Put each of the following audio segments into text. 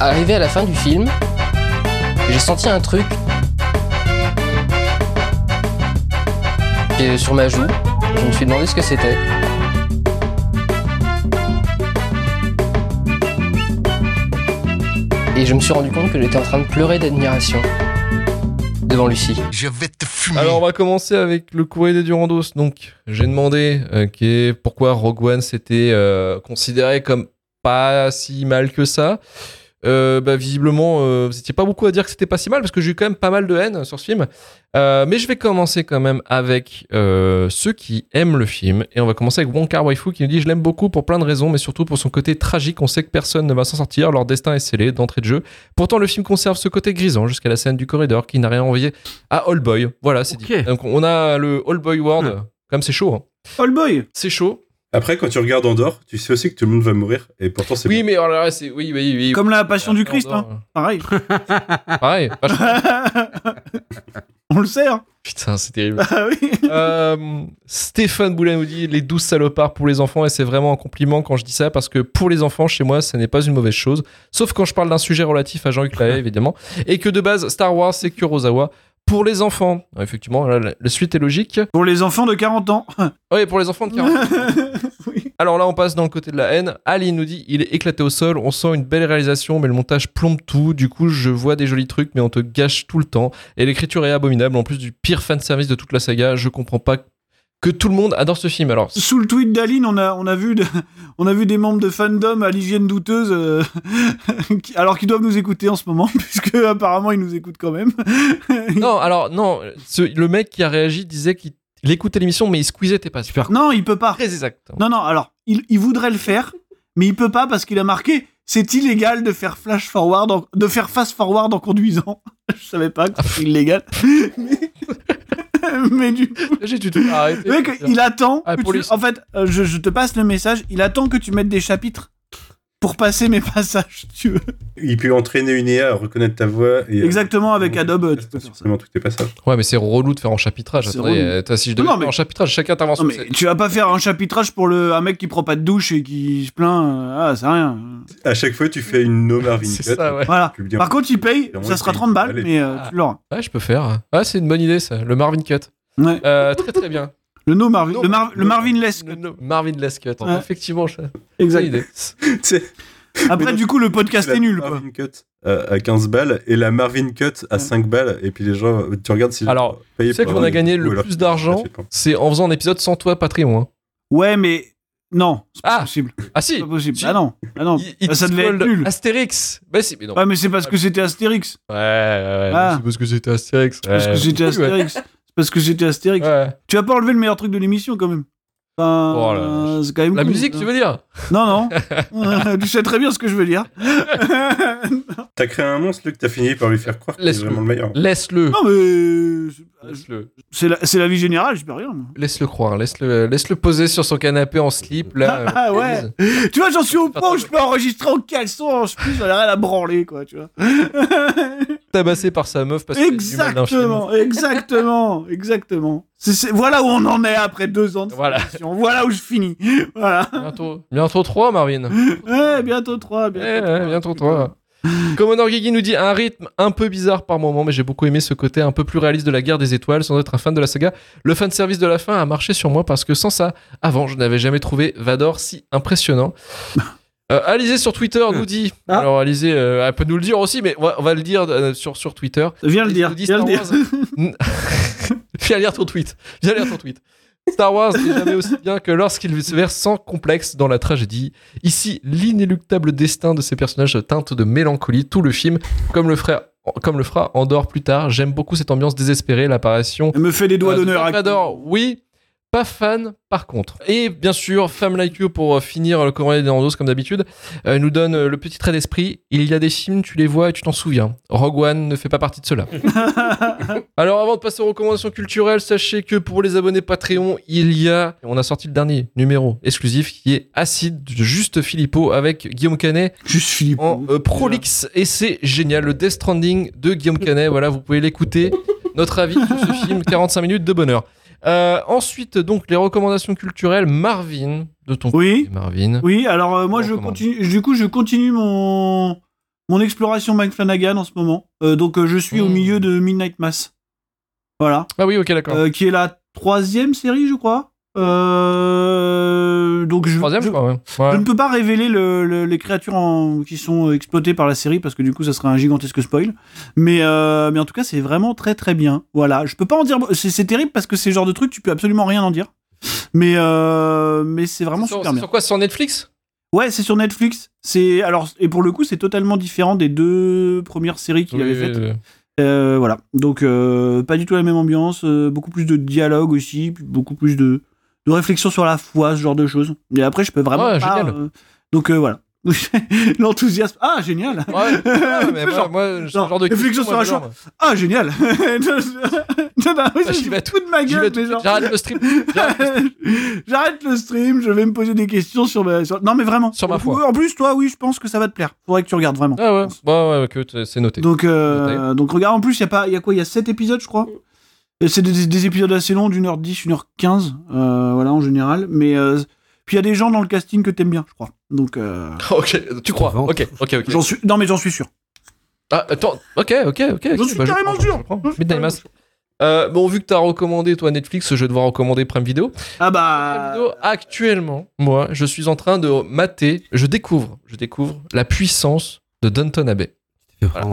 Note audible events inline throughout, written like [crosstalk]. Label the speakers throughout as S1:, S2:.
S1: Arrivé à la fin du film, j'ai senti un truc et sur ma joue. Je me suis demandé ce que c'était. Et je me suis rendu compte que j'étais en train de pleurer d'admiration devant Lucie.
S2: Je vais te fumer.
S3: Alors, on va commencer avec le courrier des Durandos. Donc, j'ai demandé euh, qui est- pourquoi Rogue One s'était euh, considéré comme pas si mal que ça. Euh, bah, visiblement, euh, vous n'étiez pas beaucoup à dire que c'était pas si mal parce que j'ai eu quand même pas mal de haine sur ce film. Euh, mais je vais commencer quand même avec euh, ceux qui aiment le film. Et on va commencer avec Wonkar Waifu qui nous dit Je l'aime beaucoup pour plein de raisons, mais surtout pour son côté tragique. On sait que personne ne va s'en sortir, leur destin est scellé d'entrée de jeu. Pourtant, le film conserve ce côté grisant jusqu'à la scène du corridor qui n'a rien envié à All Boy. Voilà, c'est
S4: Ok. [laughs]
S3: dit. Donc on a le All Boy World.
S4: Ah.
S3: Comme c'est chaud, hein.
S4: All boy
S3: c'est chaud.
S5: Après, quand tu regardes Andorre, tu sais aussi que tout le monde va mourir. Et pourtant, c'est.
S3: Oui, mais alors là, c'est oui, oui, oui.
S4: Comme la passion du Christ, hein. Ah. pareil.
S3: Pareil. Vachement-
S4: On le sait, hein.
S3: [laughs] Putain, c'est terrible.
S4: [laughs] Ah oui.
S3: Euh, Stéphane Boulin nous dit les douze salopards pour les enfants et c'est vraiment un compliment quand je dis ça parce que pour les enfants chez moi ça n'est pas une mauvaise chose sauf quand je parle d'un sujet relatif à Jean-Luc
S4: [laughs]
S3: Lahaye évidemment et que de base Star Wars c'est Kurosawa pour les enfants Ah, effectivement là, la, la suite est logique
S4: Pour les enfants de 40 ans.
S3: oui pour les enfants de 40
S4: [laughs] Oui.
S3: Alors là, on passe dans le côté de la haine. Ali nous dit il est éclaté au sol, on sent une belle réalisation, mais le montage plombe tout. Du coup, je vois des jolis trucs, mais on te gâche tout le temps. Et l'écriture est abominable, en plus du pire fanservice de toute la saga. Je comprends pas que tout le monde adore ce film.
S4: [laughs]
S3: Alors,
S4: Sous le tweet d'Aline, on a, on, a vu de- on a vu des membres de fandom à l'hygiène douteuse, euh, [laughs] qui- alors qu'ils doivent nous écouter en ce moment, [laughs] puisque apparemment ils nous écoutent quand même.
S3: non, alors, non, ce- le mec qui a réagi disait qu'il il écoutait l'émission, mais il squeezait tes pas. Super.
S4: Non, il peut pas.
S3: Très exact.
S4: Non, non, alors, il, il voudrait le faire, mais il peut pas parce qu'il a marqué c'est illégal de faire flash forward, en- de faire fast forward en conduisant. [laughs] Je savais pas que c'était illégal. [laughs] mais... mais [laughs] du
S3: J'ai du tout
S4: [laughs]
S3: arrêté.
S4: Mec, il attend.
S3: Ah,
S4: que
S3: pour
S4: tu-
S3: lui.
S4: En fait, euh, je, je te passe le message. Il attend que tu mettes des chapitres pour passer mes [laughs] passages, si tu veux.
S5: Il peut entraîner une IA à reconnaître ta voix. Et,
S4: Exactement, avec
S5: euh,
S4: Adobe, tu
S5: faire
S4: peux
S5: ça.
S4: faire ça.
S5: Vraiment, tous tes passages.
S3: Ouais, mais c'est relou de faire en chapitrage.
S4: C'est
S3: Attendez,
S4: relou.
S3: euh, toi, si je
S4: Non,
S3: devais
S4: non,
S3: faire
S4: mais-
S3: en chapitrage, chaque intervention.
S4: Non, mais
S3: c'est-
S4: tu vas pas faire un chapitrage pour le, un mec qui prend pas de douche et qui se plaint. euh, Ah, c'est rien.
S5: À chaque fois, tu fais une No Marvin
S3: C'est
S5: Cut,
S3: ça, ouais.
S4: Voilà.
S5: tu le dis en-
S4: Par contre, il paye,
S5: Au moins,
S4: ça
S5: il
S4: sera
S5: paye.
S4: 30 balles,
S5: Allez.
S4: mais euh, tu l'auras.
S3: Ouais, je peux faire. Ah, c'est une bonne idée, ça. Le Marvin Cut.
S4: Ouais.
S3: Euh, très très bien.
S4: Le no Marvin,
S3: No-
S4: le, Mar- le
S3: no-
S4: Marvin Less.
S3: Le nom- Marvin Lescott.
S4: Ouais.
S3: Effectivement, je... bonne idée.
S5: Tu sais, Mais
S4: Après,
S5: non,
S4: du coup, le podcast
S5: la
S4: est nul. quoi.
S5: Marvin Cut euh, à 15 balles et la Marvin Cut à
S4: Ouais.
S5: 5 balles. Et puis les gens, euh, tu regardes si les gens
S3: Alors,
S5: payent
S3: Tu sais
S5: pour
S3: qu'on a
S5: avoir des
S3: gagné
S5: vidéos
S3: le
S5: alors
S3: plus
S5: que
S3: d'argent,
S5: gratuitement.
S3: c'est en faisant un épisode sans toi Patreon. hein.
S4: Ouais, mais non, c'est pas
S3: Ah.
S4: possible.
S3: Ah
S4: C'est
S3: si.
S4: pas possible.
S3: si.
S4: Ah non, ah non.
S3: il- il
S4: Bah, ça devait être
S3: scroll
S4: nul.
S3: Astérix. Bah si, mais non. Ouais,
S4: Ouais, mais c'est parce que c'était Astérix.
S3: ouais, ouais.
S4: Ah.
S3: mais C'est parce que c'était Astérix.
S4: Parce que
S3: Ouais,
S4: c'était
S3: ouais.
S4: Astérix. C'est parce que c'était Astérix.
S3: Ouais.
S4: Tu vas pas enlever le meilleur truc de l'émission quand même. Enfin,
S3: Oh là là.
S4: euh, c'est quand même
S3: La
S4: cool.
S3: musique, tu veux dire [laughs]
S4: Non, non. tu sais très bien ce que je veux dire. non,
S5: T'as créé un monstre, Luc, t'as fini par lui faire croire qu'il est
S3: Laisse-le.
S5: vraiment le meilleur.
S3: Laisse-le.
S4: mais c'est-
S3: Laisse-le.
S4: c'est la, c'est la vie générale, je peux rien. moi.
S3: Laisse-le croire. Laisse-le. Laisse-le poser sur son canapé en slip là.
S4: [laughs] Ah, ah, ouais.
S3: Lise.
S4: Tu vois, j'en suis au point où je peux enregistrer en caleçon, je plus, j'en ai rien à branler, quoi, tu vois.
S3: Tabassé par sa meuf parce que
S4: exactement, exactement, exactement. C'est- c'est- voilà où on en est après deux ans de
S3: Voilà.
S4: sélection. Voilà où je finis. Voilà.
S3: Bientôt. Bientôt 3 Marvin.
S4: Ouais, bientôt trois,
S3: Eh,
S4: bientôt.
S3: ouais,
S4: trois.
S3: bientôt toi. Commodore Guigui nous dit un rythme un peu bizarre par moment, mais j'ai beaucoup aimé ce côté un peu plus réaliste de la guerre des étoiles sans être un fan de la saga. Le fan service de la fin a marché sur moi parce que sans ça, avant, je n'avais jamais trouvé Vador si
S4: [laughs]
S3: impressionnant. Euh, Alizé sur Twitter nous dit.
S4: Ah.
S3: Alors Alizé, euh, elle peut nous le dire aussi, mais on va, on va le dire euh, sur, sur Twitter.
S4: Viens le
S3: Il
S4: dire,
S3: nous dit
S4: viens le dire.
S3: Star Wars- [laughs] Viens lire ton tweet. Viens lire ton tweet. Star Wars n'est jamais aussi bien que lorsqu'il se verse sans complexe dans la tragédie. Ici, l'inéluctable destin de ces personnages teinte de mélancolie tout le film, comme le, frère, comme le fera Andorre plus tard. J'aime beaucoup cette ambiance désespérée, l'apparition
S4: Elle me fait des doigts
S3: euh,
S4: d'honneur.
S3: de
S4: à-
S3: Salvador, oui. Pas fan, par contre. Et bien sûr, Femme Like You, pour euh, finir le courrier des Randos, comme d'habitude, euh, nous donne euh, le petit trait d'esprit. Il y a des films, tu les vois et tu t'en souviens. Rogue One ne fait pas partie de
S4: [laughs]
S3: cela. Alors, avant de passer aux recommandations culturelles, sachez que pour les abonnés Patreon, il y a. On a sorti le dernier numéro exclusif qui est Acide, de Juste Philippot, avec Guillaume Canet
S4: Juste Philippe.
S3: en euh, prolixe et c'est génial. Le Death Stranding de
S4: [laughs]
S3: Guillaume Canet, voilà, vous pouvez l'écouter. Notre avis sur ce film, 45 minutes de bonheur. Euh, ensuite, donc, les recommandations culturelles. Marvin, de ton
S4: Oui.
S3: côté, Marvin.
S4: Oui, alors euh, moi
S3: Bon,
S4: je
S3: comment
S4: continue. Du coup, je continue mon mon exploration Mike Flanagan en ce moment. Euh, donc euh, je suis au
S3: Mm.
S4: milieu de Midnight Mass. Voilà.
S3: Ah oui, ok, d'accord.
S4: Euh, qui est la troisième série, je crois. Euh, donc je,
S3: Troisième,
S4: je,
S3: je crois, ouais.
S4: je
S3: Ouais.
S4: ne peux pas révéler le- le- les créatures en- qui sont euh, exploitées par la série parce que du coup ça serait un gigantesque spoil. Mais, euh, mais en tout cas c'est vraiment très très bien. Voilà, je peux pas en dire. C'est c'est terrible parce que c'est le genre de truc tu peux absolument rien en dire. Mais euh, mais c'est vraiment
S3: sur,
S4: super bien.
S3: sur quoi Sur Netflix
S4: Ouais, c'est sur Netflix. C'est alors et pour le coup c'est totalement différent des deux premières séries qu'il
S3: Oui,
S4: avait
S3: oui,
S4: faites. [laughs]
S3: oui.
S4: Euh, voilà. Donc, euh, pas du tout la même ambiance, euh, beaucoup plus de dialogue aussi, puis beaucoup plus de, de réflexion sur la foi, ce genre de choses. Et après, je peux vraiment.
S3: Ouais,
S4: pas,
S3: génial.
S4: euh, donc, euh, voilà. [laughs] L'enthousiasme. Ah, génial!
S3: Ouais, ouais, mais moi,
S4: Genre-
S3: moi, ce
S4: genre,
S3: genre de
S4: réflexion
S3: question, moi,
S4: sur un
S3: j'adore.
S4: Ah, génial! [laughs] Je
S3: j'y vais
S4: tout de ma
S3: J'y
S4: gueule,
S3: vais
S4: mais
S3: tout de
S4: genre-
S3: suite, J'arrête le stream. J'arrête le-
S4: [laughs] J'arrête le stream, je vais me poser des questions sur ma. sur- Non, mais vraiment.
S3: Sur ma foi.
S4: En plus, toi, oui, je pense que ça va te plaire. Faudrait que tu regardes vraiment.
S3: Ah ouais, bah ouais, que t- c'est noté.
S4: Donc, euh,
S3: D'ailleurs.
S4: donc regarde, en plus, il y a pas, il y a quoi Il y a 7 épisodes, je crois. Et C'est des, des épisodes assez longs, d'une heure 10, une heure 15, euh, voilà, en général. Mais euh, puis il y a des gens dans le casting que t'aimes bien, je crois. Donc, euh,
S3: [laughs] ok, tu crois.
S2: Vente.
S3: Ok, ok, ok.
S4: j'en suis, non, mais j'en suis sûr.
S3: Ah, attends, ok, ok, ok.
S4: J'en suis
S3: Bah,
S4: carrément
S3: prends,
S4: sûr.
S3: je prends.
S4: J'en suis
S3: Midnight
S4: carrément
S3: Mass. Euh, bon, vu que t'as recommandé, toi, Netflix, je vais devoir recommander Prime Video.
S4: Ah
S3: Prime
S4: bah.
S3: Video, actuellement, moi, je suis en train de mater, je découvre, je découvre la puissance de Downton Abbey.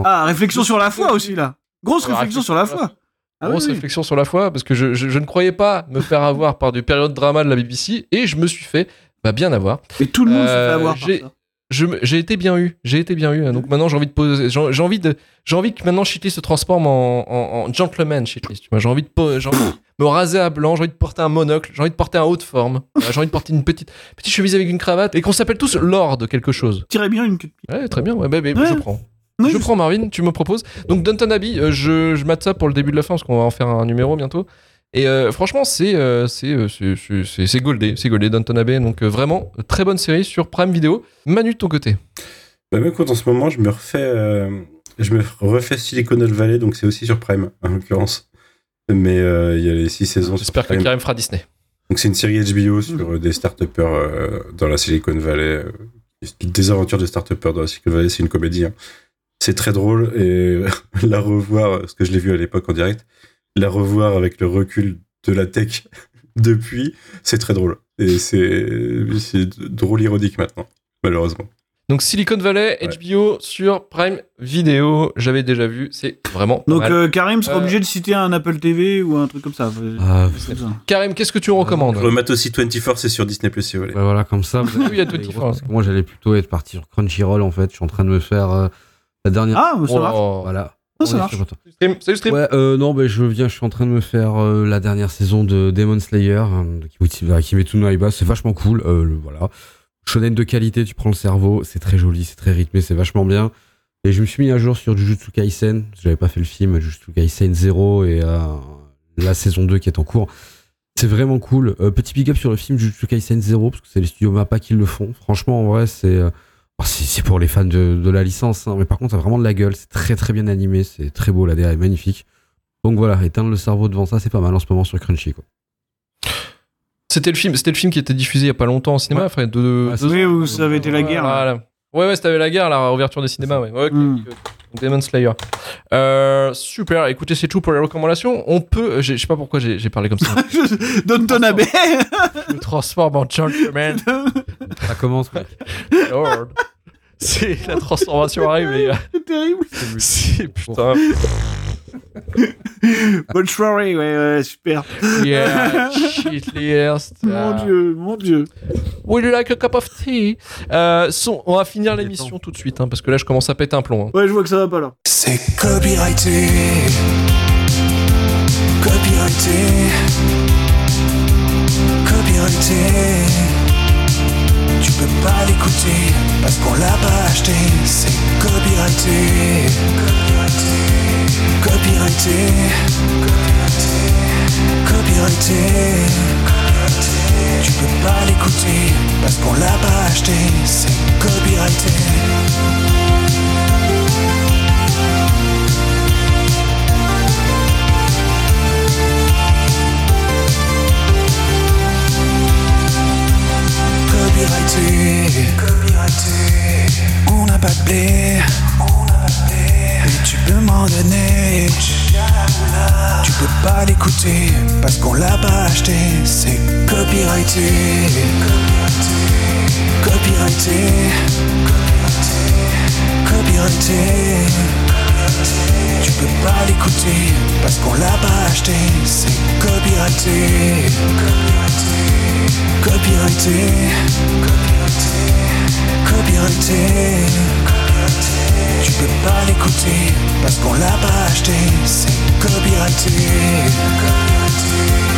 S4: Ah, réflexion sur la foi aussi, là. Grosse
S3: Ah,
S4: réflexion sur la foi. Ah,
S3: Grosse
S4: oui, oui.
S3: réflexion sur la foi, parce que je, je- je ne croyais pas me faire avoir par du période drama de la BBC, et je me suis fait bah, bien avoir.
S4: Et tout le monde se
S3: Euh,
S4: fait avoir par
S3: j'ai-
S4: ça.
S3: Je me- J'ai été bien eu, j'ai été bien eu. hein. Donc maintenant, j'ai envie de poser, j'ai j'ai envie de, j'ai envie que maintenant Shitlist se transforme en, en- en gentleman Shitlist. tu vois. J'ai envie de, po- j'ai envie de me raser à blanc, j'ai envie de porter un monocle, j'ai envie de porter un haut de forme, voilà, j'ai envie de porter une petite, petite chemise avec une cravate, et qu'on s'appelle tous Lord de quelque chose.
S4: Tirez bien une queue de pied.
S3: Ouais, très bien, ouais, bah, bah,
S4: Ouais.
S3: je prends.
S4: Oui,
S3: je
S4: je-
S3: prends Marvin, tu me proposes. Donc Downton Abbey, euh, je, je mate ça pour le début de la fin parce qu'on va en faire un numéro bientôt. Et euh, franchement, c'est euh, c'est euh, c'est- c'est- c'est- c'est goldé, c'est goldé Downton Abbey. Donc euh, vraiment très bonne série sur Prime Video. Manu de ton côté.
S5: Bah, même quand en ce moment, je me refais, euh, je me refais Silicon Valley, donc c'est aussi sur Prime, en l'occurrence. Mais euh, il y a les six saisons sur
S3: J'espère que
S5: Prime.
S3: Karim fera Disney.
S5: Donc c'est une série HBO sur euh, des start-uppers euh, dans la Silicon Valley. euh, des aventures de start-uppers dans la Silicon Valley, c'est une comédie. hein. C'est très drôle et [laughs] la revoir, parce que je l'ai vu à l'époque en direct, la revoir avec le recul de la tech [laughs] depuis, c'est très drôle. Et c'est c'est drôle ironique maintenant, malheureusement.
S3: Donc Silicon Valley,
S5: Ouais.
S3: HBO sur Prime Video. J'avais déjà vu, c'est vraiment pas
S4: Donc,
S3: mal.
S4: euh, Karim sera
S3: Euh,
S4: obligé de citer un Apple TV ou un truc comme ça.
S2: Ah,
S4: C'est comme ça.
S3: Karim, qu'est-ce que tu recommandes
S5: Le mat aussi 24, c'est sur Disney+, si vous voulez.
S2: bah voilà, comme ça. vous avez
S3: Oui, il y a
S2: les
S3: 24,
S2: grosses- parce que moi, j'allais plutôt être parti sur Crunchyroll, en fait. Je suis en train de me faire euh, la dernière.
S4: Ah, ça marche.
S3: Oh.
S2: voilà.
S4: Ah, ça
S2: On est
S4: marche.
S2: très content.
S3: Stream, Salut stream.
S2: Ouais, euh, non, mais je viens, je suis en train de me faire euh, la dernière saison de Demon Slayer, hein, de Kimetsu de Kimetsu no Yaiba. C'est vachement cool. euh, le- voilà. Shonen de qualité, tu prends le cerveau. C'est très joli, c'est très rythmé, c'est vachement bien. Et je me suis mis à jour sur Jujutsu Kaisen. parce que J'avais pas fait le film Jujutsu Kaisen 0 et euh, la saison 2 qui est en cours. C'est vraiment cool. Euh, petit big up sur le film Jujutsu Kaisen 0 parce que c'est les studios MAPPA qui le font. Franchement, en vrai, c'est euh, alors, C'est c'est pour les fans de, de la licence, hein, mais par contre, ça a vraiment de la gueule. C'est très très bien animé, c'est très beau, la DA est magnifique. Donc voilà, éteindre le cerveau devant ça, c'est pas mal en ce moment sur Crunchy. Quoi.
S3: C'était le film, c'était le film qui était diffusé il y a pas longtemps au cinéma.
S2: Ouais.
S3: Après deux,
S2: Ouais,
S3: deux
S4: Oui,
S3: ans.
S4: où ça avait été Ah, la guerre. là.
S3: Voilà. Ouais, ouais, c'était la guerre, la réouverture des cinémas. Ouais. Ouais, ok,
S4: Hmm.
S3: ok, ok. Demon Slayer. Euh, super, écoutez, c'est tout pour les recommandations. On peut. j'ai- Je sais pas pourquoi j'ai j'ai parlé comme
S4: [laughs]
S3: ça.
S4: Donne ton abbé.
S3: Je me transforme en gentleman.
S4: [laughs]
S2: Ça commence, mec.
S3: Lord. C'est la transformation arrive, les gars.
S4: C'est terrible.
S3: C'est putain.
S4: Bonne soirée, ouais, ouais, super. [laughs]
S3: Yeah, shit, yes.
S4: Mon dieu, mon dieu.
S3: Would you like a cup of tea? Euh, son- on va finir l'émission tout de suite, hein, parce que là, je commence à péter un plomb. hein.
S4: Ouais, je vois que ça va pas là.
S6: C'est copyrighté. Copyrighté. Copyrighté. Tu peux pas l'écouter parce qu'on l'a pas acheté. C'est copyrighté. Copyrighté. Copyrighté. Copyrighté. Copyrighté. Tu peux pas l'écouter parce qu'on l'a pas acheté. C'est copyrighté. Copyrighté. Copyrighté. On a pas de blé. Oui, tu peux m'en donner. Tu peux pas l'écouter parce qu'on l'a pas acheté. C'est copyrighté. Copyrighté. Copyrighté. Tu peux pas l'écouter parce qu'on l'a pas acheté. C'est copyrighté. Copyrighté. Copyrighté. Tu peux pas l'écouter parce qu'on l'a pas acheté. C'est copyrighté. Copyrighté.